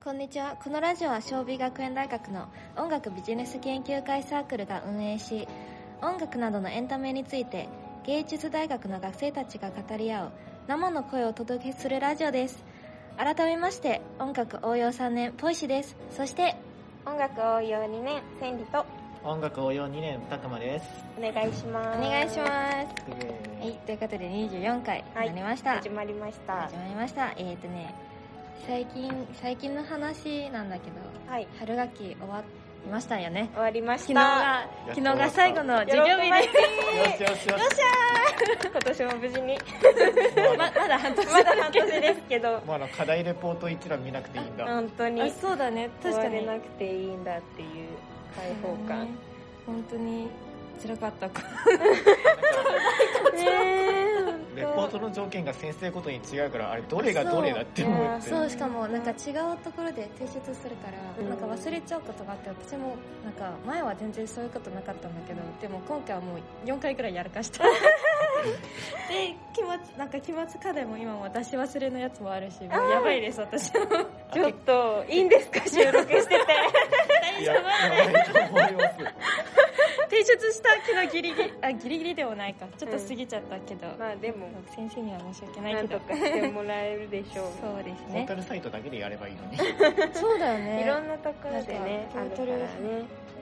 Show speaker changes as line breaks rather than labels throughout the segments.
こんにちは。このラジオは、小美学園大学の音楽ビジネス研究会サークルが運営し、音楽などのエンタメについて、芸術大学の学生たちが語り合う、生の声をお届けするラジオです。改めまして、音楽応用3年、ポイシです。そして、
音楽応用2年千里と
音楽応用2年たくまです。
お願いしま
お
す
願いします。
は
はい、。ということで24回になりました。
始まりました
始まりました。えっ、ー、とね、最近、最近の話なんだけど、
はい
春学期終わりましたよね。
終わりま
昨
し
日
た
が、昨日が最後の授業日で
喜ばし
よしよしよ
い今年も無事 に
し。
ままだ半年
まだ半年ですけど
もうあの課題レポート一覧見なくていいんだ。
本当に
あそうだね
終
確
わ
か
れ
に
なくていいんだっていう開放感
ね本当に辛かった
ねえ本当
レポートの条件が先生ごとに違うから、あれどれがどれだって思って。
そうしかもなんか違うところで提出するから、
うん
なんか忘れちゃうことがあって私もなんか前は全然そういうことなかったんだけどでも今回はもう4回くらいやらかした で期末なんか期末課題も今も出し忘れのやつもあるしもうやばいです私も
ちょっといいんで すか収録してて
いや、やばいと思いますよ。
提出した昨日ギリギリあギリギリでもないかちょっと過ぎちゃったけど、
まあでも
先生には申し訳ない
な
け
ん
ど
とかしてもらえるでしょう
そうです
ポー
ね
タルサイトだけでやればいいのに。
そうだよ
い
ね
ろんなところでねあ
なん
る
か
からね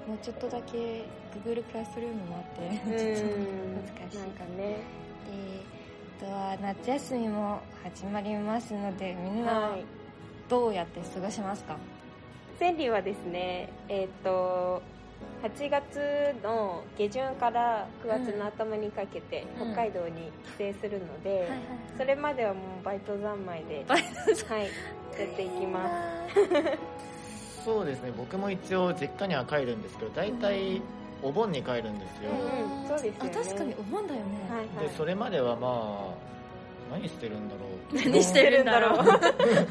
もうちょっとだけ Google クラスルームもあって、
うん
ちょっとで難しい
なんかね
あとは夏休みも始まりますのでみんな
はい
どうやって過ごしますか、
千里はですねえっ、と8月の下旬から9月の頭にかけて
うん
北海道に帰省するので、それまではもうバイト三昧で、
バ
はい、やっていきます
そうですね、僕も一応実家には帰るんですけど、大体お盆に帰るんですよ。
うんそうですよね
あ確かに思うんだよね、
す。はいは
で、
い。
それまではまあ、何してるんだろう。
何してるんだろう
昨日一応、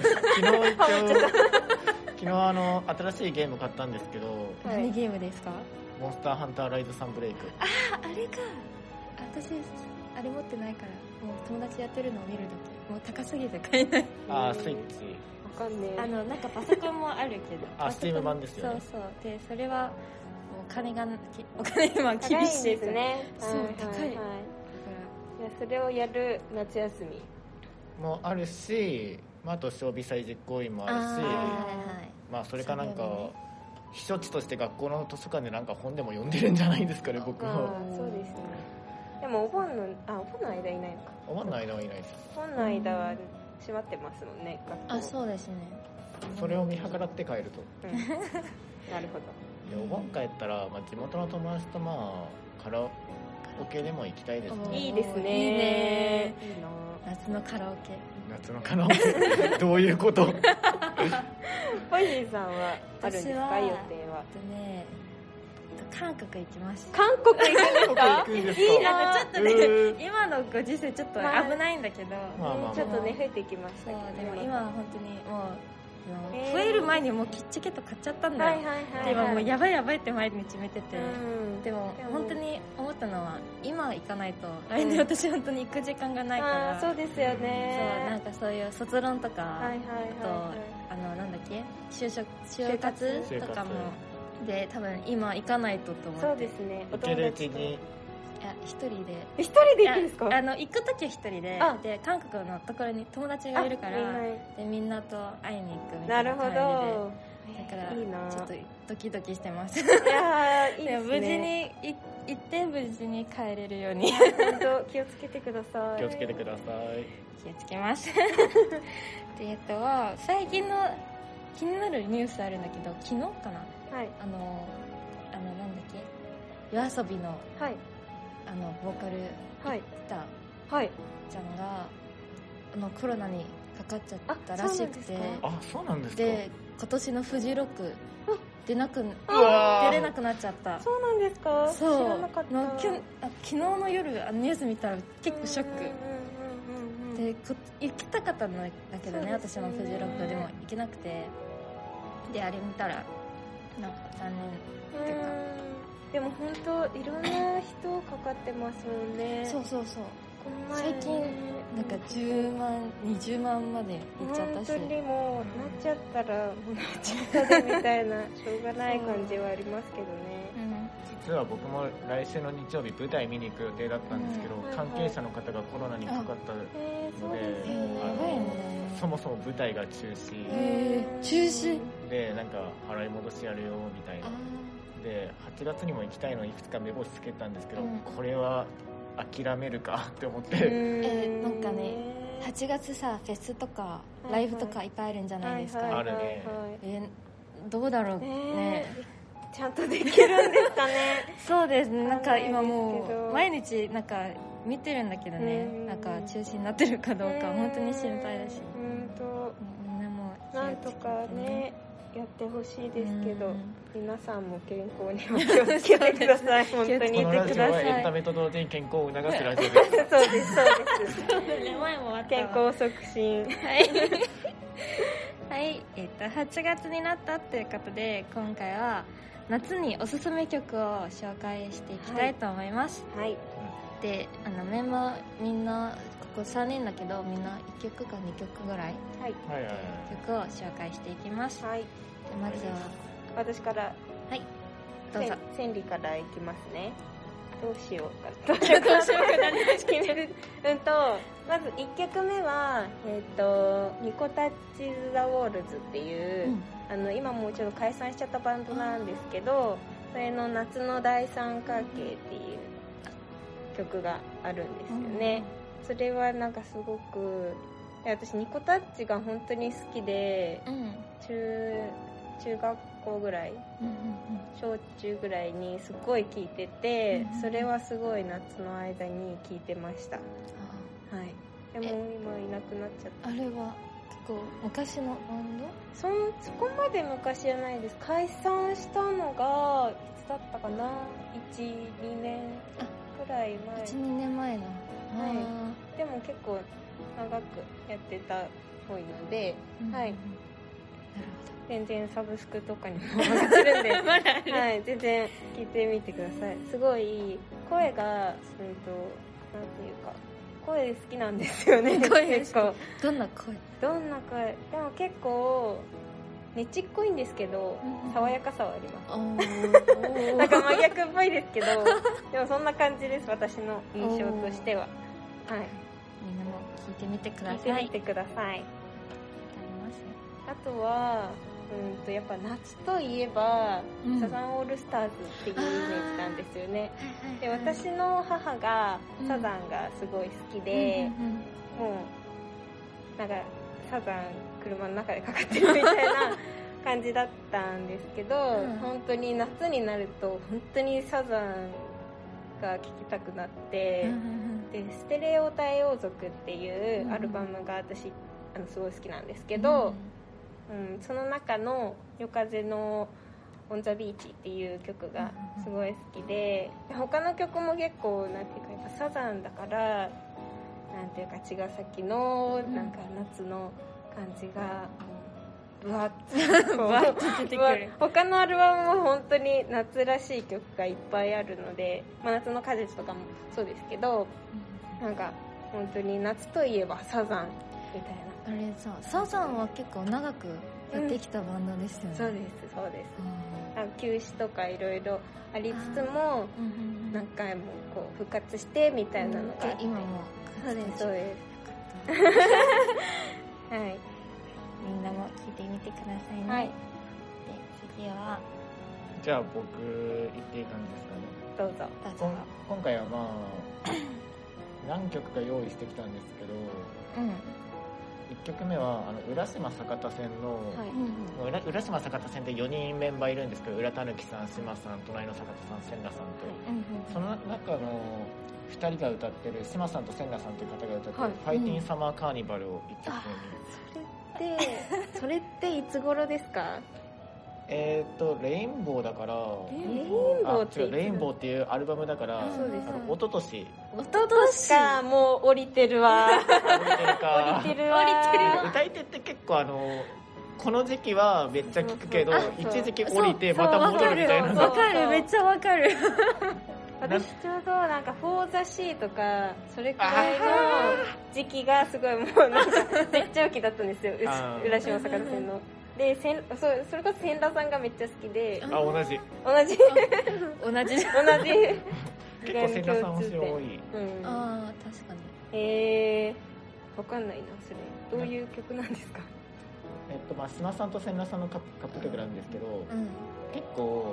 昨日あの、新しいゲーム買ったんですけど、
はい
何ゲームですか
モンスターハンターライズサンブレイク。
ああれか私あれ持ってないからもう友達やってるのを見るだけもう高すぎて買えない
あ
う
ー、
ん
スイッチ。
わかんねえ。
あのなんかパソコンもあるけど
あ
パソコン
Steam 版ですよね
そうそうでそれはもうお金がきお金今
高い
厳し
ん
い
ですね。
そう
はい
高い
はいはい。いやそれをやる夏休み。
もあるし、まあ、あと装備祭実行委員もあるし
あー
まあ、それかなん
そ
か
うだよね
避暑地として学校の図書館でなんか本でも読んでるんじゃないですかね僕
あ
は
あ、そうですね。でもお盆のあお盆の間いないのか。
思わない間はいないです
お盆の間は閉まってますもんね。学校
あそうですね
それを見計らって帰ると
うん。なるほど。
でお盆帰ったら、まあ、地元の友達とまあカラオケでも行きたいです
おー
ね
いいですね。
いいね
いいな。
夏のカラオケ
夏のカラオケどういうこと
ポイジーさんはあるんです
私は
か予定は。
あとね韓国行きました
韓国行くんですか
韓国行くんですか
いい
あ
な。
なんかちょっとね、
えー
今のご時世ちょっと危ないんだけど、
まあまあまあ
ちょっとね増えてきました
そ
け
う
ど
でも今は本当にもう、
へー
増える前にもうキッチケット買っちゃったんだよ、
はいはいはい
でもも
は
う
い
やばいやばいって毎日見てて、
うん
でも
いやもう
本当に思ったのは今行かないと来年私本当に行く時間がないから、
あーそうですよ
そうなん
ね
かそういう卒論とか、
はいはいは
あのなんだっけ就職就活
就活
とかもで多分今行かないとと
い
思って
そうですねお
行け
友
るう
達
ち
と
に
いや一人で
一人で
い
行くんですか
やあの行く時は一人で
あ
で韓国のところに友達
あ
がいるから
みんな
でみんなと会いに行くみた
ないる
な
ほ
感じで
ど
だから
いいな
ちょっとドキドキしてます
いや ーいい
で
で
も
す
無事
ね
にい行って無事に帰れるように
本当気をつけてください
気をつけてください
気をつけます でえっとは最近の気になるニュースあるんだけど昨日かな
はい
あの、あの、なんだっけ夜遊びの、
はい
あの、ボーカル、
はい
た
はい
ちゃんが、あの、コロナにかかっちゃったらしくて、
あそうなんです
で
あそうなんですか
今年のフジロック、出なく、
うわー
出れなくなっちゃった。
そうなんですか知
そう
らなかった
のきゅんあ昨日の夜あのニュース見たら結構ショック
うんうんうんうんうん
でこ行きたかったんだけどね
そうです
私
よ
も
ね
フジロックでも行けなくてであれ見たらなんか残てか
うんでも本当いろんな人かかってますもんね
念そうそうそう
この前
最近なんか10万20万までいっちゃった
本
し
当にもうなっちゃったらもうなっちゃったでみた いなしょうがない感じはありますけどね
うん
実は僕も来週の日曜日舞台見に行く予定だったんですけど、
うんはいはい
関係者の方がコロナにかかったので、
えー、そうです
え
よ
ーやばい
ね
ね
そもそも舞台が中止
えー、中止
でなんか払い戻しやるよみたい
あ
なで8月にも行きたいのいくつか目星つけたんですけど、
うん
これは諦めるかって思って、
え
え
なんかねー8月さフェスとか
はい
ライブとかいっぱいあるんじゃないですか、
はいはい
あるね
はいはい
えーどうだろうね
ねえちゃんとできるんですかね
そうですねなん
わか
か
んないですけど
今もう毎日なんか見てるんだけどね
うん
なんか中止になってるかどうか
うん
本当に心配だし
うんと
みんなもう気を
なん
つけ
と
て
かねやってほしいですけ
う
ど
ん
皆さんも健康には気をつけてください本当に
こ
い
の
て
ラジ
く
オ
だ
は
さ
エン
い
タメと同時に健康を促すラジオです
そうですそうです
前もあった
健康促進
はい、はいえっと8月になったということで今回は夏におすすめ曲を紹介していきたいと思います、
はい
であのメンバーみんなここ3人だけどみんな1曲か2曲ぐらい
はい
はいはいはい
曲を紹介していきますで
はい
まずは
私から
どうぞ
せん千里からいきますねどうしよう かどうしようか何決める うんとまず1曲目はえっ、とニコタッチ・ズ・ザ・ウォールズっていう、
うん
あの今もうちょっと解散しちゃったバンドなんですけどそれの「夏の大三角形」っていう曲があるんですよね、それはなんかすごくいや私ニコタッチが本当に好きで
うんうん
中中学校ぐらい小中ぐらいにすごい聴いてて、
うん
それはすごい夏の間に聴いてましたはいでも今いなくなっちゃった
あれは結構昔のバンド
そんそこまで昔じゃないです解散したのがいつだったかな12年くらい前
12年前の
はいでも結構長くやってたっぽいので、はい全然サブスクとかにも上がってるん ではい、全然聞いてみてください。すごい声が、うんと、なんていうか、声好きなんですよ ね。
声
結構。
どんな声
どんな声でも結構、ねちっこいんですけど、爽やかさはあります。なんか真逆っぽいですけど、 でもそんな感じです、私の印象としては。はい。
みんなも聞いてみてくだ
聞い
さい
てみてください。
ありますね
あとは、うんと、やっぱ夏といえば、
うん
サザンオールスターズっていうイメージなんですよね。で
はいはいはい
私の母が
うん
サザンがすごい好き
うんう
で、
んうん
もうなんかサザン車の中でかかってるみたいな感じだったんですけど、
うん
本当に夏になると本当にサザンが聴きたくなって、で「ステレオ大王族」ってい
うん
うアルバムが私あのすごい好きなんですけど、うんその中の「夜風のオン・ザ・ビーチ」っていう曲がすごい好きで他の曲も結構なんていうかやっぱサザンだからなんていうか茅ヶ崎の
うん
なんか夏の感じがもうぶわっ と
ぶわっと出てくる
ぶわ他のアルバムも本当に夏らしい曲がいっぱいあるので、まあ、夏の果実とかもそうですけどなんか本当に夏といえばサザンみたいな
あれさサザンは結構長くやってきたバンドですよね、
そうですそうです
あ
あの休止とかいろいろありつつも何回もこう復活してみたいなのがあっ
ー
て
で今も
そうですそうですはい
みんなも聞いてみてくださいね、
はい
で次は
じゃあ僕言っていい感じですかね
どうぞ
どうぞ
こん今回はま あ何曲か用意してきたんですけど
うん
1曲目はあの浦島坂田線の、
はい
もう浦浦島坂田線って4人メンバーいるんですけど浦たぬきさん島さん隣の坂田さん千田さんと、その中の2人が歌ってる島さんと千田さんという方が歌ってる「ファイティンサマーカーニバル」を1曲目に、
でそれっていつ頃ですか
えーっと「レインボー」だか
レ
ら
インボー
あ
って
違う「レインボー」っていうアルバムだから
あそうです
あの一昨年
おととしかもう降りてるわ
降りてる か
降りてるわ
降りてるわ
歌い手って結構あのこの時期はめっちゃ聞くけど
そうそうそう
一時期降りてまた戻るみたい
そう
な
そう
わかるめっちゃわかる
私ちょうどなんか「フォーザシーとかそれくらいの時期がすごいもうなんか絶頂期だったんですよ
あー
浦島坂田線の。でせんそうそれこそ千田さんがめっちゃ好きで
あ同じ
同じ
同じじゃん
同じ
結構千田さん推し多い
うん
あー確かに
えー、わかんないなそれどういう曲なんですか
えっとまあ須磨さんと千田さんのカップカップ曲なんですけど、
うん
結構、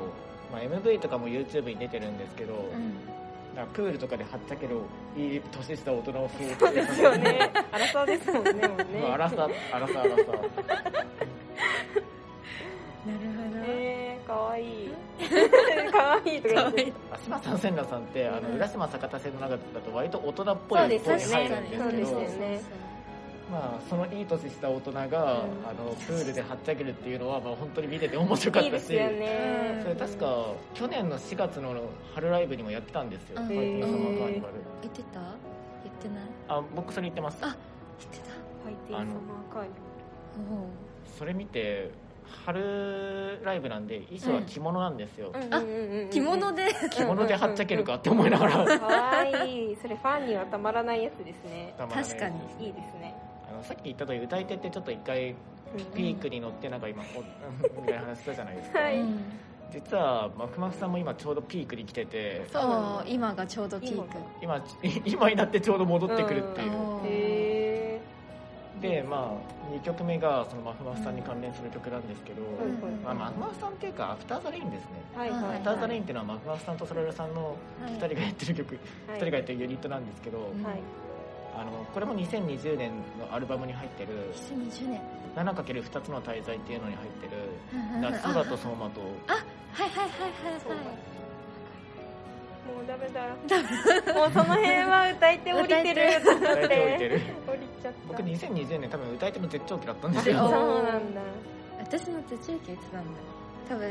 まあ、MV とかも YouTube に出てるんですけど、
うん
なんかプールとかではっちゃけどいい年した大人を そう
そうですよね荒沢ですもんねもうね
まあ、荒さ荒さ荒さ
なるほど
えー、かわいい かわいい とか言って
あ島さん千奈さんってあの
うん
浦島坂田線の中だと割と大人っぽ
そう
い
で
方
すね
に入るんです
そう
け
です
ど
よね
まあそのいい年した大人が、
うん
あのプールではっちゃけるっていうのは、まあ、本当に見てて面白か
いい
っ
で
た
す
し
よね
それ確か去年の4月の春ライブにもやってたんですよ
うん
「ファイティングサマーカーニバル」
言ってた言ってない
あ僕それ言ってます
あ言ってた
ファイティングサマーカーニ
お
それ見て春ライブなんで衣装は着物なんですよ、
バルうんうんうんうん
お着物で
着物ではっちゃけるかって思いながら
かわいいそれファンにはたまらないやつですね
たまらない
確かに
いいですね
あのさっき言った通り歌い手ってちょっと一回
うん
ピークに乗ってなんか今おみたいな話したじゃないですか、
はい
うん
実はまふまふさんも今ちょうどピークに来てて
そう
あー今がちょうどピーク
今 今になってちょうど戻ってくるっていう、
うん
へ
でまあ2曲目がそのまふまふさんに関連する曲なんですけど、
ーはい
うん
まあ、まふまふさんっていうかアフターザレインですね
はいはいはい
アフターザレインっていうのはまふまふさんとそらるさんの2人がやってる曲、
はい
2人がやってるユニットなんですけど、
ん
はい
あのこれも2020年のアルバムに入ってる
2020年
7×2 つの滞在っていうのに入ってる
あ
夏
は
だ
い
と相馬と
はいはいはい
そう
はい
もうダメだもうその辺は歌い手降りてると思って
歌い手置いてる
降りちゃった
僕2020年多分歌い手も絶頂期だったんです
そう
よ
なんだ
私の途中期言ってたんだ多分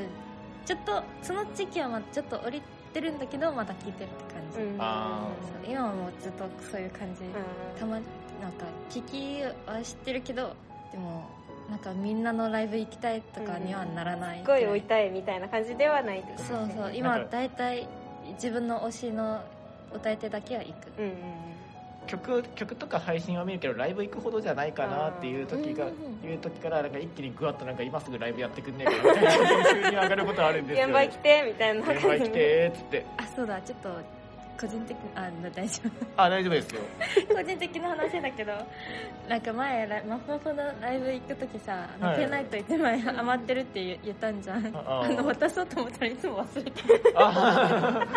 ちょっとその時期はまあちょっと降りてるんだけどまだ聴いてるって感じ、
うん
あ
そう今はもうずっとそういう感じ、
うん
たまなんか聞きは知ってるけどでもなんかみんなのライブ行きたいとかにはならない、
すっごい追いたいみたいな感じではないってことです
そ
ね
うそう
な
今
んか
大体自分の推しの歌い手だけは行く
うんうん
曲曲とか配信は見るけどライブ行くほどじゃないかなっていう時が
うんうんうん
いう時からなんか一気にグワッとなんか今すぐライブやってくんねえかみたいな急に上がることあるん
うん
ですよ
現場行きてみたいな感
現場
じ
行きてーっつって
あそうだちょっと個人的なあ大丈夫
あ大丈夫ですよ
個人的な話だけどなんか前ラマフマフのライブ行く時さあの
はい
ペンライト1枚余ってるって言言ったんじゃん
あ
あの
ー
渡そうと思ったらいつも忘れて
あ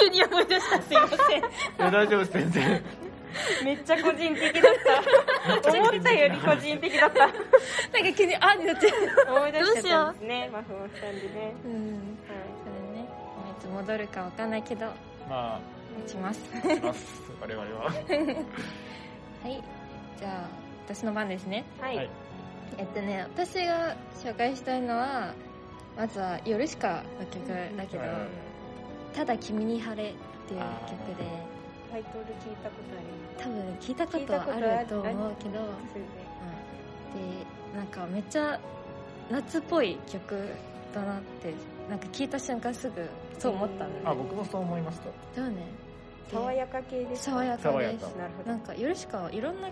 急に思い出したすいません
ーいや大丈夫です全然
めっちゃ個人的だった思ったより個人的だった
なんか急にあになって
思い出しちゃったんですねマフマフさんでね
うんそれねいつ戻るかわかんないけど
う
ま
ん
します
あします我々は
はいじゃあ私の番ですね
はい
はい
えっとね私が紹介したいのはまずは「ヨルシカ」の曲だけど
うん
「ただ君に晴れ」っていう曲で
タイトル聞いたことありま
多分聞いたことはあると思うけど
すね
でなんかめっちゃ夏っぽい曲だなってなんか聞いた瞬間すぐそう思ったんだ
あ
よね
僕もそう思いました
だよねで
爽やか系です
爽やか
爽や
で
か
す
なるほど
なんかヨルシカはいろんな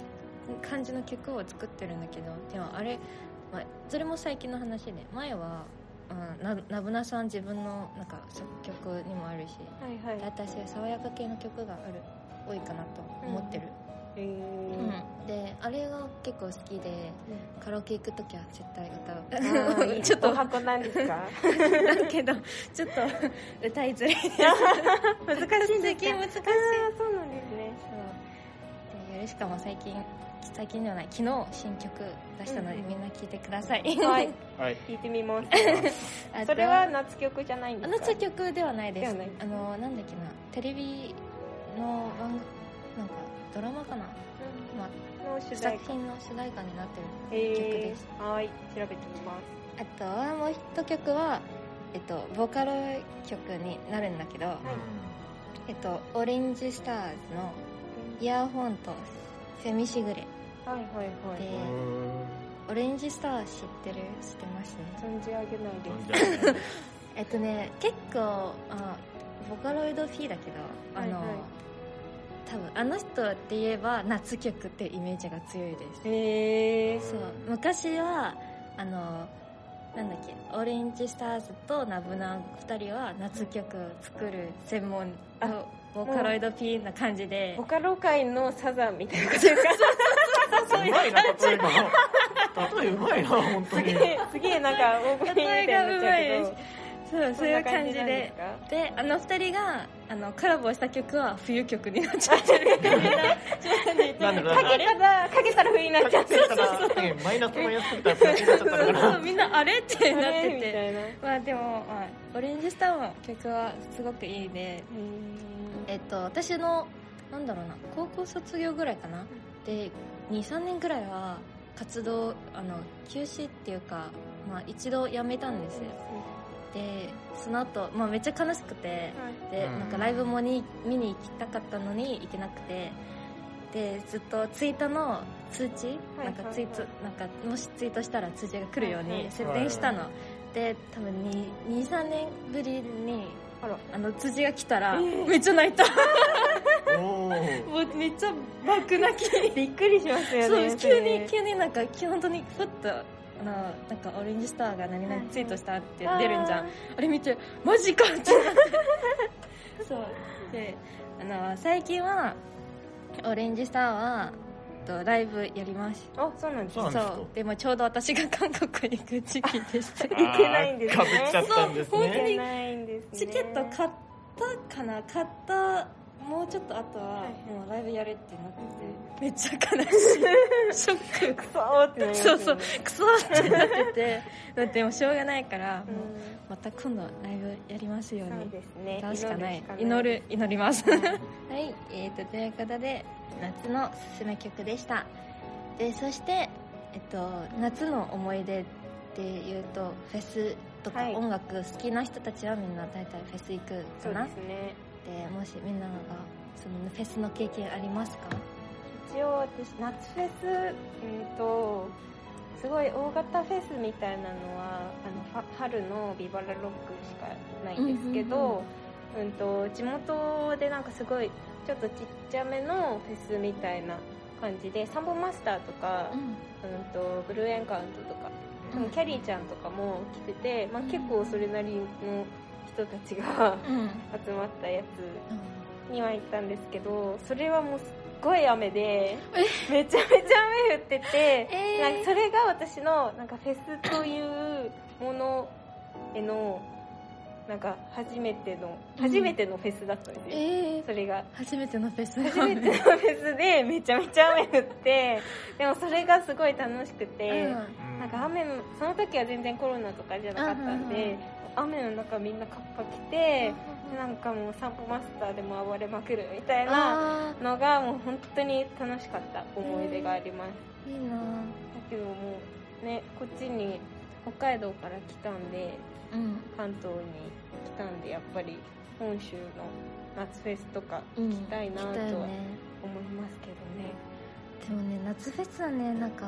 感じの曲を作ってるんだけどでもあれ、まあ、それも最近の話で前は、うん、なナブナさん自分のなんか作曲にもあるし
はいはい
大体そういう爽やか系の曲がある多いかなと思ってる、
えー
うんであれが結構好きでカラオケ行く時は絶対
あーい
歌
い う
ちょっと
お箱なんですか
だけど ちょっと歌いづらい
難しい
最近難しい
ああそうなんですね
そうでヨルシカも最近最近ではない昨日新曲出したので、
うんうん
みんな聴いてください
はい
はい
聞いてみ ます
あと
それは夏曲じゃないんで
あ
すか
の茶曲ではないです
ではない
あのなんだっけなテレビの番組なんかドラマかな、まあ、
うんの主題
作
歌
品の主題歌になってる曲
え
です
ー、はーい調べてみま
あとはもう一曲はえっとボカロ曲になるんだけどえっとオレンジスターズのイ
す
ヤーホンとセミシグレ
はいはいはい、
で
うん
オレンジスター知ってる知ってますね
存じ上げないです
うん
えっとね結構あボカロイド P だけどあの、
はいはい
多分あの人って言えば夏曲ってイメージが強いです
へえ
そう昔はあのなんだっけオレンジスターズとナブナン2人は夏曲作る専門
あ
のボーカロイド P な感じで
ボカロ界のサザンみたいなこと ですか
うまいな例えば例えうまいな本当
すげ
に
えすげえなんか大声みたいになっちゃうけど
そうそういう感じ
そんな
で
なんすか
であの2人があのコラボした曲は冬曲になっちゃってる
なんだろう
かけたらかけたら冬になっちゃってる
だからねマイナスマイナスみたいな感じになっちゃった
そ
か
う
ら
そうみんなあれ ってなって
み
て
たいな
まあでも、まあ、オレンジスターの曲はすごくいいで、えっと、私のなんだろうな高校卒業ぐらいかなで23年ぐらいは活動あの休止っていうか、まあ、一度辞めたんですよでその後、まあめっちゃ悲しくてで
うん
なんかライブもに見に行きたかったのに行けなくてでずっとツイートの通知、
はい
なんかツイート、
はい
なんかもしツイートしたら通知が来るよう
はいは
に
い
設定したの、で多分に23年ぶりに
あら
あの通知が来たら、
えー
めっちゃ泣いた
おー
もうめっちゃ爆泣き
びっくりしますよね
そう急に急になんか本当にふっとあのなんかオレンジスターが何々ツイートしたって出るんじゃん
あ
あれ見てマジかってなってそうであの最近はオレンジスターはとライブやります
あそうなんです
そうなんですか
でもちょうど私が韓国に行く時期でして
いけないんですね
あーかぶっちゃったんです
そう本当
ね
に
いけないんです
チ
ね
ケット買ったかな買ったもうちょっとあとは、
はい
もうライブやれってなっててめっちゃ悲しいショ ック
クソーってなります
そ
よ
う
ね
そうクソってなって てだってもうしょうがないから、
う
もうんまた今度ライブやりますよう
そう
に
ですね
歌うしかない
祈るしかない
祈る祈ります
は
はい
はい、えー、とということで夏のおすすめ曲でしたでそして、えっと、夏の思い出っていうとフェスとか
はい
音楽好きな人たちはみんな大体フェス行く
そ
か
う
な、
ですね
でもしみんながそのフェスの経験ありますか
一応私夏フェスうんとすごい大型フェスみたいなのはあのは春のビバラロックしかないんですけど、うんと地元でなんかすごいちょっとちっちゃめのフェスみたいな感じでサンボマスターとか、うん、とブルーエンカウントとか多分キャリーちゃんとかも来てて、まあ、結構それなりの人たちが
うん
集まったやつには行ったんですけどそれはもうすっごい雨でめちゃめちゃ雨降ってて、
えー
なんかそれが私のなんかフェスというものへのなんか初めての
うん
初めてのフェスだったんですよ、
えー、
それが
初めてのフェス
初めてのフェスでめちゃめちゃ雨降ってでもそれがすごい楽しくて、
うん
なんか雨のその時は全然コロナとかじゃなかったんで、
うんうんうん
雨の中みんなカッパ着て、なんかもう散歩マスターでも暴れまくるみたい
あ
なのがもう本当に楽しかった思い出があります、
ーいいなぁ
だけどもうねこっちに北海道から来たんで
うん
関東に来たんでやっぱり本州の夏フェスとか
行き
行きたいなとは
た
思い
いよね
ますけどね、
でもね夏フェスはねなんか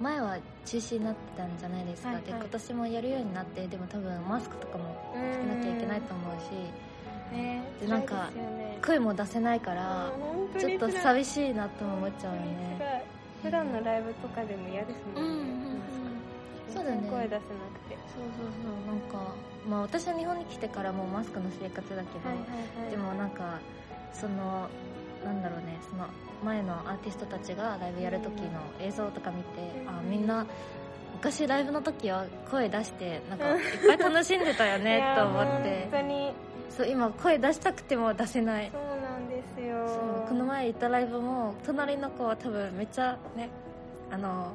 前は中止になってたんじゃないですか、
はいはい
で今年もやるようになってでも多分マスクとかも
う
つけ
ん
なきゃいけないと思うし
ね
でなんか
辛いですよね
声も出せないか
あ
ら
ー本当
ちょ
に
っと
辛い
寂しいなとも思っちゃうよね
辛い普段のライブとかでも嫌ですもんね、
そうだね
全然声出せ
そうそ
なくて
うそうなんかまあ私は日本に来てからもうマスクの生活だけど、
はい
でもなんかそのなんだろうねその前のアーティストたちがライブやる時の映像とか見て、
うん
あみんな昔ライブの時は声出してなんかいっぱい楽しんでたよ
い
ね
や
と
ー
思って
本当に
そう今声出したくても出せない
そうなんです
そう
よ
この前行ったライブも隣の子は多分めっちゃねあの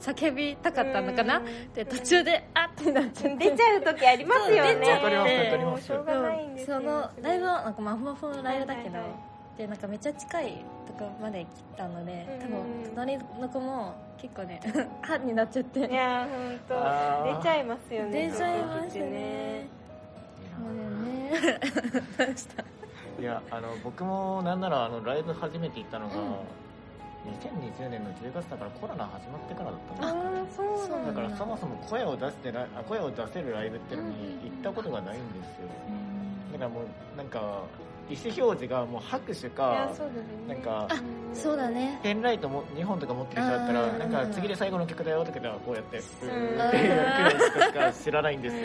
叫びたかったのかな
うん
で途中であってなっちゃって
出ちゃう時ありますよ
そう
ね
出ちゃうわか
りますわかり
も
ま
う
す
しょうがないんですよ
そのライブ
は
はなんかまあふわふわのライブだけど、
はいはいは
でなんかめっちゃ近いとこまで来たので、
うんうんうん
多分隣の子も結構ねあになっちゃって
いやー
あ
本当
ー
出ちゃいますよね
出ちゃいますねそうだよね
いやあの僕もなんならあのライブ初めて行ったのが、
うん
2020年の10月だからコロナ始まってからだったんです
あ
よ
ーそうなん
だ
だ
か
う
らそもそも声を出してないあ声を出せるライブってのに行ったことがないんですよ、だからもうなんか意思表示がもう拍手か、
そうだね、
なんか
あそうだね
ペンライトも2本とか持ってる人だった
あ
ら
ー
なんか次で最後の曲だよとかではこうやってう
うん
ーっていうくらいしか知らないんですよ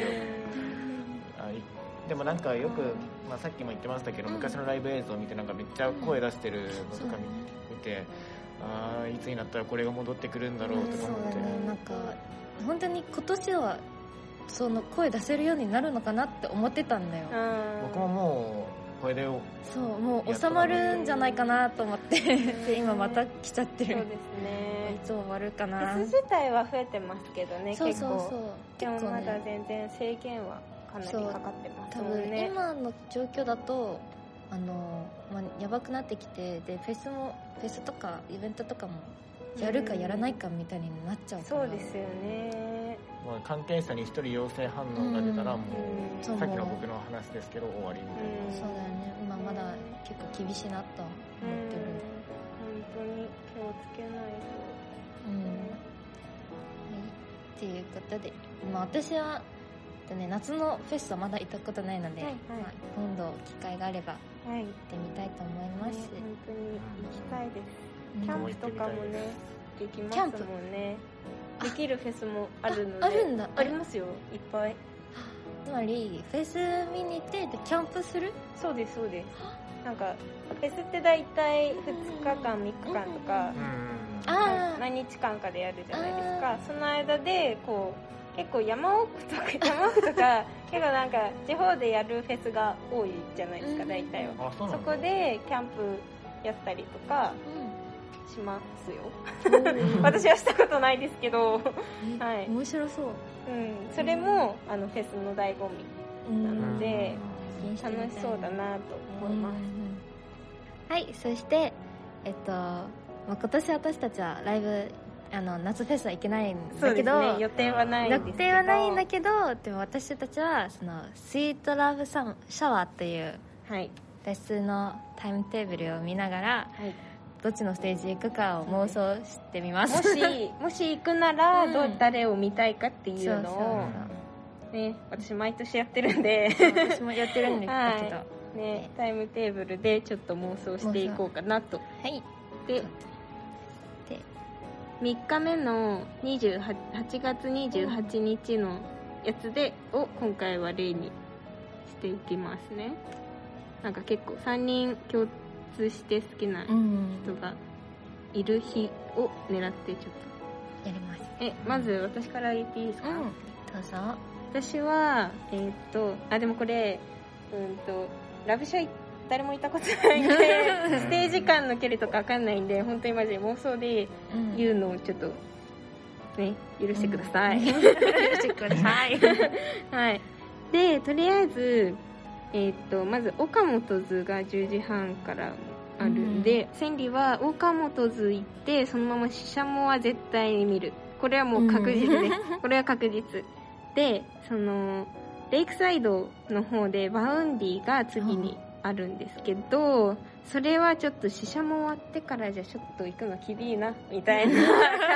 あいでもなんかよく、まあ、さっきも言ってましたけど、
うん
昔のライブ映像を見てなんかめっちゃ声出してるのと
そう
か
だ
見
ね
見て、ああいつになったらこれが戻ってくるんだろうと
そ
か
う
思っ
だ
て、
ねなんか本当に今年はその声出せるようになるのかなって思ってたんだよ
僕ももうこれでよ
そうもう収まるんじゃないかなと思って
ん
で今また来ちゃって
そう
る
で
い
すね
つ終わるか
フ
な
ェス自体は増えてますけどね
そう
結
そう
構
そう
でも
結構
まだ
ね
全然制限はかなりかかってます
多
もん
分
ね
今の状況だとあの、まあ、やばくなってきてでフェスもフェスとかイベントとかもやるかやらないかみたいになっちゃうから
そうですよね
もう関係者に1人陽性反応が出たら
うん
もう
そう
さっきの僕の話ですけど終わりみたいな。
そうだよね今まだ結構厳しいなとは
うん
思ってる
本当に気をつけないと
うん、はい、っていうことで、まあ、私は、えっとね、夏のフェスはまだ行ったことないので、
はいはい
まあ今度機会があれば
はいね
行ってみたいと思いま
本
す、
当に行きたいです
うん
キャン
も
プ
行って
と
みた
か
い
も
で
ね
す
できま
キャン
す
プ
もんね
あ
できるフェスもあるので
あるんだ
ありますよいっぱい
つまりフェス見に行ってでキャンプする
そうですそうですなんかフェスって大体2日間3日間とか
うん
あー
何日間かでやるじゃないですかその間でこう結構山奥とか 山奥とか結構なんか地方でやるフェスが多いじゃないですか
うん
大体は
あそうな
そ
んだ
こでキャンプやったりとかしますよ私はしたことないですけど、
え
はい
面白そう、
うん、それもあのフェスの醍醐味
うん
なので
体験してみたい
楽しそうだなと思います、
はいそしてえっと、まあ、今年私たちはライブあの夏フェスは行けないん
そう
だ
で
け
す
ど、
ね予定はないですけ
予
ど
定はないんだけどでも私たちはそのスイートラブサムシャワーっていう
はい
フェスのタイムテーブルを見ながら
はい
どっちのステージへ行くかを妄想してみます
もしもし行くなら、
うん
どう誰を見たいかっていう
そうそう
の
そ
をね私毎年やってるんで
私もやってるんですけど
はねタイムテーブルでちょっと妄想していこうかなと
はい
で
で
3日目の28 8月28日のやつでを今回は例にしていきますねなんか結構3人共通して好きな
うん
人がいる日を狙ってちょっ
やります
とえまず私から言っていいですか、
うんどうぞ
私はえーっとあでもこれうんとラブショー誰も行ったことないんで ステージ間の距離とか分かんないんで本当にマジで妄想で言うのをちょっとね許してください、
してください
はいでとりあえずえーっとまず岡本図が10時半からあるんで、千里は岡本図行ってそのままししゃもは絶対に見るこれはもう確実です、 これは確実でそのレイクサイドの方でバウンディが次にあるんですけど、それはちょっと試写も終わってからじゃちょっと行くのきびいなみたいな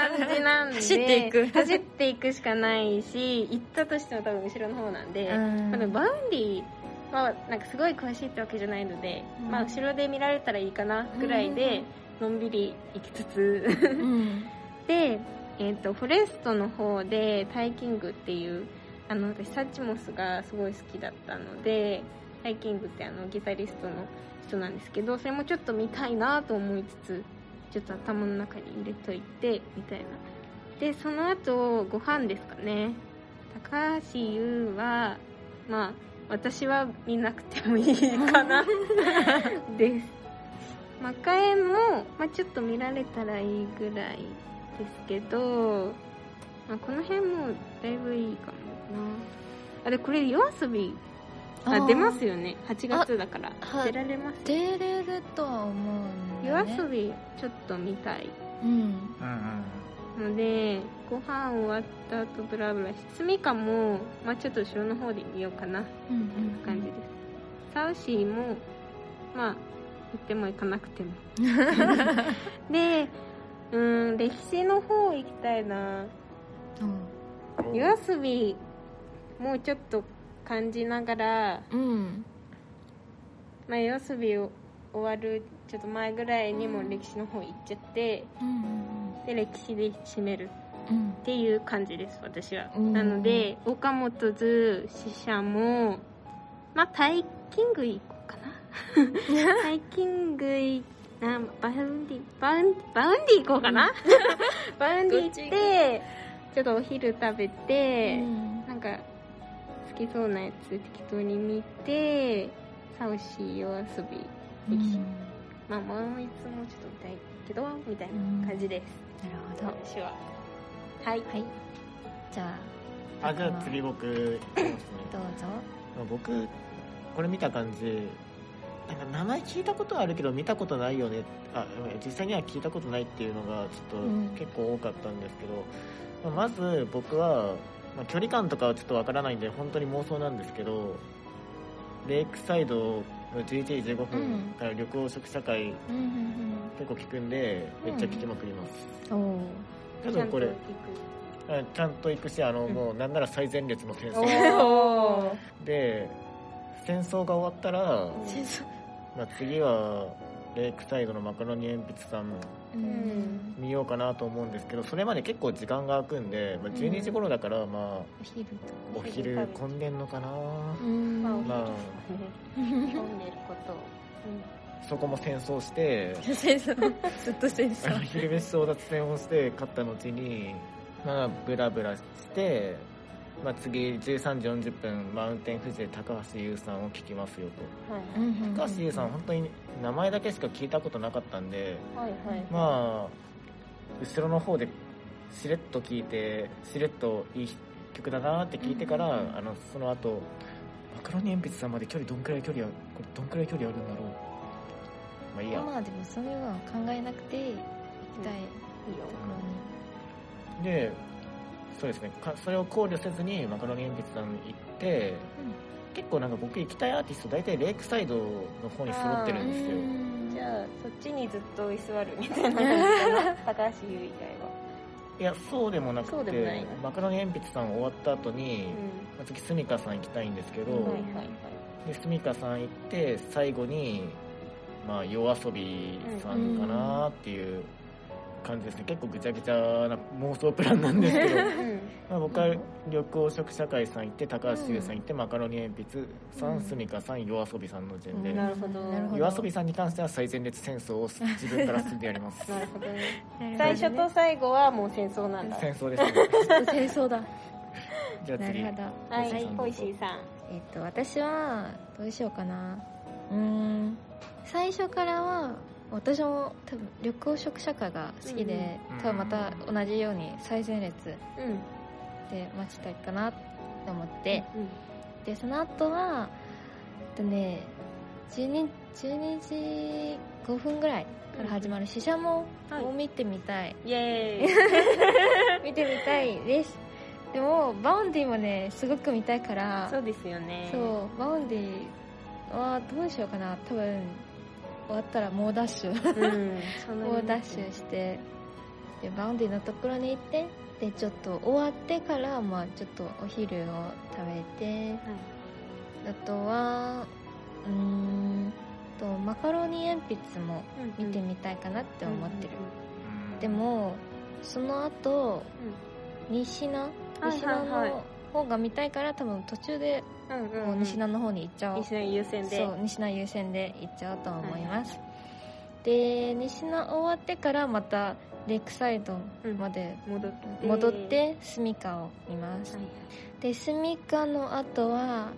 感じなんで
走っていく
走っていくしかないし行ったとしても多分後ろの方なんで、
うん
まあでもバウンディはなんかすごい詳しいってわけじゃないので、
うん
まあ後ろで見られたらいいかなぐらいで、のんびり行きつつ
うん
で、えー、とフォレストの方でタイキングっていうあの私サッチモスがすごい好きだったのでタイキングってあのギタリストの人なんですけどそれもちょっと見たいなと思いつつちょっと頭の中に入れといてみたいなでその後ご飯ですかね高橋優はまあ私は見なくてもいいかなです魔界も、まあ、ちょっと見られたらいいぐらいですけど、まあ、この辺もだいぶいいかもなあでこれ夜遊びあ
ー
出ますよね8月だから
あはい
出られます
出れるとは思うんだ
夜
よね
遊びちょっと見たい
うん
うんうん
のでご飯終わった後ブラブラしつみかも、まあ、ちょっと後ろの方で見ようかな
うんうん
感じです、サウシーもまあ行っても行かな くてもでうん歴史の方行きたいな夜遊びもうちょっと感じながら
うん
まあ、夜遊びを終わるちょっと前ぐらいにも歴史の方行っちゃって、で歴史で締めるっていう感じです私は、
うん
なので岡本図死者もまあタイキング行こうかな タイキングいあバウンディバウンバウンディ行こう かな、バウンディ行ってちょっとお昼食べて、なんか好きそうなやつ適当に見てサウシー夜遊び歴史、まあもういつもちょっと見たいけどみたいな感じです、
なるほど
私ははい
はいじゃ
あじゃあ次僕行きますね
あどうぞ
まあ僕これ見た感じなんか名前聞いたことはあるけど見たことないよねあ実際には聞いたことないっていうのがちょっ
うん
と結構多かったんですけど、まあまず僕は、まあ距離感とかはちょっとわからないんで本当に妄想なんですけどレイクサイドの11時15分から緑黄色社会
うんうん
結構聞くんでめっちゃ聞きまくります、
うんおー
多分これ
ちゃんと
うんちゃんと行くしあの、
うん
もうなんなら最前列の戦
聞
争
くおー
で戦争が終わったら
戦争
まあ、次はレイクサイドのマカロニ鉛筆さん
うん
見ようかなと思うんですけどそれまで結構時間が空くんで、まあ、12時頃だからまあ
お昼とか
お昼混んでんのかな、
うん
まあお
ま
昼ですね混んでることを
そこも戦争 して
戦争ずっと戦
あの
争
昼飯争奪戦をして勝った後にまあブラブラして、まあ、次13時40分マウンテン富士で高橋優さんを聞きますよと
はい
高橋優さん本当に名前だけしか聞いたことなかったんで
はいはい
まあ後ろの方でしれっと聞いてしれっといい曲だなって聞いてから、
うんうんうん
あのその後マカロニ鉛筆さんまで距離どんくらい距離あるこれどんくらい距離あるんだろうまあいいや
まあでもそういうのは考えなくて行きたい
いいよ
でそうですねかそれを考慮せずにマカロニ鉛筆さんに行って、結構なんか僕行きたいアーティスト大体レイクサイドの方に揃ってるんです
じ
よ
ゃあそっちにずっと居座るみたいな感じ かな高橋優以
いやそうでもなく
そうで
て
もない
マカロニ鉛筆さん終わった後に、
外
まあ次スミカさん行きたいんですけど、
はうんはいはいはい
でスミカさん行って最後に、まあ、夜遊びさんかなっていう感じですね、結構ぐちゃぐちゃな妄想プランなんですけ ど
うん
まあ僕は緑黄色社会さん行って高橋優さん行って、マカロニ鉛筆さ
うんん
スミカさん夜遊びさんの順で、
なるほど
なるほど
夜遊びさんに関しては最前列戦争を自分から進んでやります
なるほどね
最
最
初
初
と
と最後はもう戦争なんだ
戦争ですね
戦争だ
じゃあ
な
次
るほど
は
はい
いポイシーさん
えっと私はどうしようかなうーん最初からは私も多分緑黄色社会が好きで、
うん
多分また同じように最前列
うん
で待ちたいかなと思って、でその後はえっとね 12, 12時5分ぐらいから始まる死者も
はい
を見てみたい、
イエーイ
見てみたいですでもバウンディもねすごく見たいから
そうですよね
そうバウンディはどうしようかな多分終わったら猛ダッシュ
うんその
猛ダッシュしてでバウンディのところに行ってでちょっと終わってからまあちょっとお昼を食べてあとはうーんとマカロニ鉛筆も
うん
見てみたいかなって思ってる、
うん
でもその後西名
はい
西名
はいは
の方が見たいから多分途中で
うんうんうん
もう西名の方に行っちゃおう、
西成優先で
そう西名優先で行っちゃおうと思います、で西名終わってからまたレイクサイドまで
戻って
戻ってスミカを見ます、でスミカの後は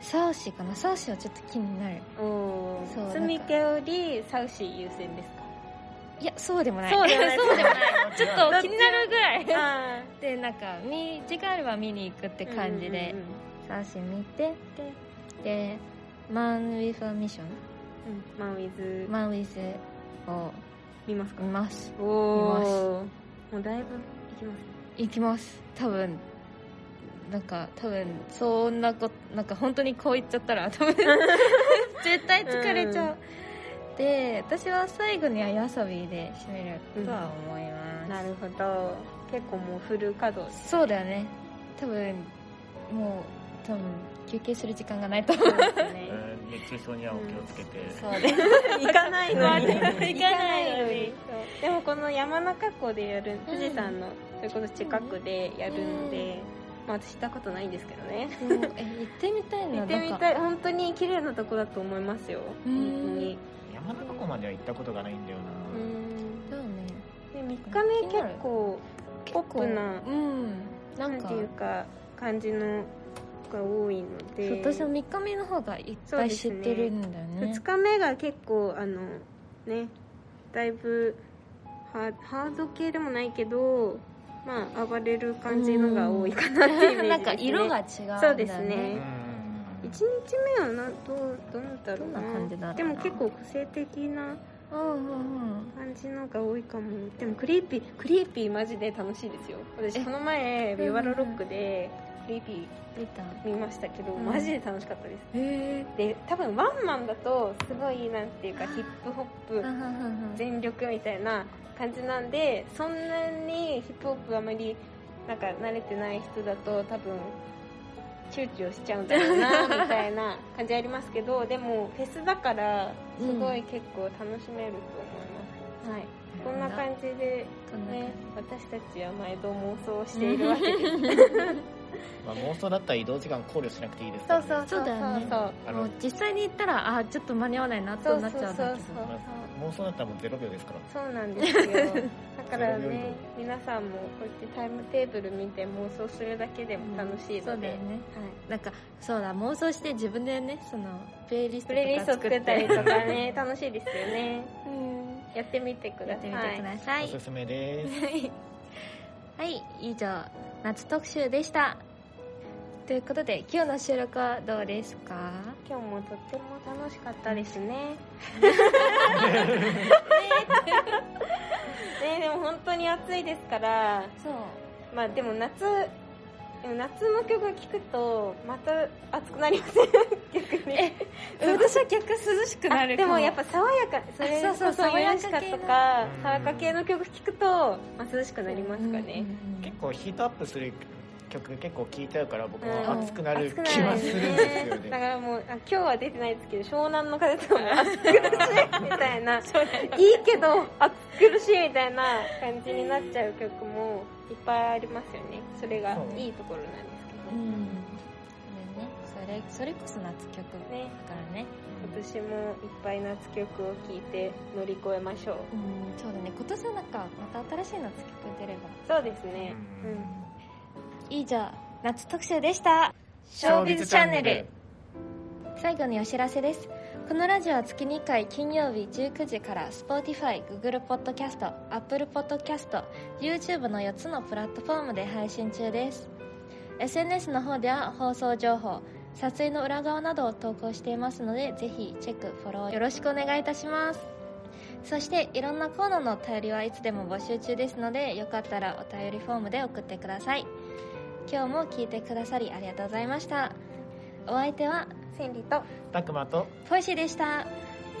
サウシかなサウシはちょっと気になる
おお
そう
スミケよりサウシー優先ですか
いやそうでもない
そうでもない
そうでもない ちょっと気になるぐらい
あ
でなんか見時間あれば見に行くって
ー
感じで、サウシ見てででマン・ウィフ・ミッション
うんうんマンウィズ
マン・ウィズを
見ますか
見ます
お
見ます
おもうだいぶいきます
行きます多分なんか多分そんなことなんか本当にこう言っちゃったら 多分絶対疲れちゃう、で私は最後には夜遊びで締めるとは思いま
な
す、
るほど結構もうフル稼働
そうだよね多分もう多分休憩する時間がないと思う
してますね
うん熱中症にはお気をつけて、
そうです行かないのに
行かないのに
そうでもこの山中湖でやる富士山の、それこそ近くでやるので、まあ私行ったことないんですけどね
そうえ行ってみたいな
行ってみ
なん
た
か
い本当に綺麗なとこだと思いますよ
うん
本当に
山中湖までは行ったことがないんだよな、
うん
そうね
で3日目
気になる
結構ポップな
うんな
なん
ん
て
か
いうか感じのが多いので
そう私も3日目の方がいっぱい知ってるんだよね
2日目が結構あのねだいぶハーハード系でもないけどまあ暴れる感じのが多いかなっていうイメージです、ね、
なん か色が違うんだよね
そうですね
うん
1日目はなどうどうなんだろうな
どんな感じだろうな
でも結構個性的な
うんうんうん
感じのが多いかもでもクリーピー クリーピーマジで楽しいですよ私
え
この前ビワロロックでクリーピ
見た
ー見ましたけど、
うん
マジで楽しかったです
へ
で多分ワンマンだとすごいなんていうかヒップホップ
え
全力みたいな感じなんでそんなにヒップホップあまりなんか慣れてない人だと多分躊躇しちゃうんだろうなみたいな感じありますけど でもフェスだからすごい結構楽しめると思います、はいこんな感じで
こんな感じ
ね私たちは毎度妄想しているわけです
まあ、妄想だったら移動時間考慮しなくていいです か
そ
ら
う
ね
そう
そうだよね
そう
あ
も
の
う実際に行ったらあーちょっと間に合わないな
そ
と
う
な
そう
っち
そ
ゃ
う
う
そ
んだ
う
けど
そうそう
妄想だったらもう0秒ですから
そうなんで すよ。だから
それよ
ね
り、
皆さんもこうやってタイムテーブル見て妄想するだけでも楽しい
そう
の
だ
で
よ、ねなんかそうだ妄想して自分でねそのプレイリス
プ
ト
レイリス
と
ト
か
作
作ったた
っり
り
と
と
か
か
ね、楽しいですよね。やってみてく
や
だ
っ
さ
て
い。
みてくださ
お
い
すすめです
はい以上夏特集でしたということで今日の収録はどうですか
今日もとっても楽しかったですね。 ねでも本当に暑いですから、
そう
まあでも夏、でも夏の曲聴くと、また暑くなりません 逆に。
私は逆涼しくなる
で
か
もやっぱ爽やかそれ
あ
こ
そうそ
そう爽やかとか
うん
爽やか系の曲聴くと、まあ、涼しくなりますかね、
結構ヒートアップする曲結構聴いちゃうから僕
うん
も熱くなる
暑くな
気
る
はするんですよ
よねだか
ね
らもうあ今日は出てないですけど湘南の風 とかも暑苦しいみたいないいけど暑苦しいみたいな感じになっちゃう曲もいっぱいありますよねそれが
そう
いいところなんです
うんそれねそれそれこそ夏曲
けどね
だからね
今年もいっぱい夏曲を聴いて乗り越えましょう
うんそうだね今年はなんかまた新しい夏曲出れば
そうですね
う
うん
ん
以上夏特集でした
ショービズチャンネル
最後にお知らせですこのラジオは月2回金曜日19時から Spotify、Google Podcast、Apple Podcast、YouTube の4つのプラットフォームで配信中です SNS の方では放送情報撮影の裏側などを投稿していますのでぜひチェックフォローよろしくお願いいたしますそしていろんなコーナーのお便りはいつでも募集中ですのでよかったらお便りフォームで送ってください今日も聞いてくださりありがとうございましたお相手は
千里と
たくまと
ポイシーでした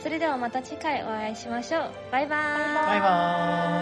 それではまた次回お会いしましょうバイバーイ
バイバーイ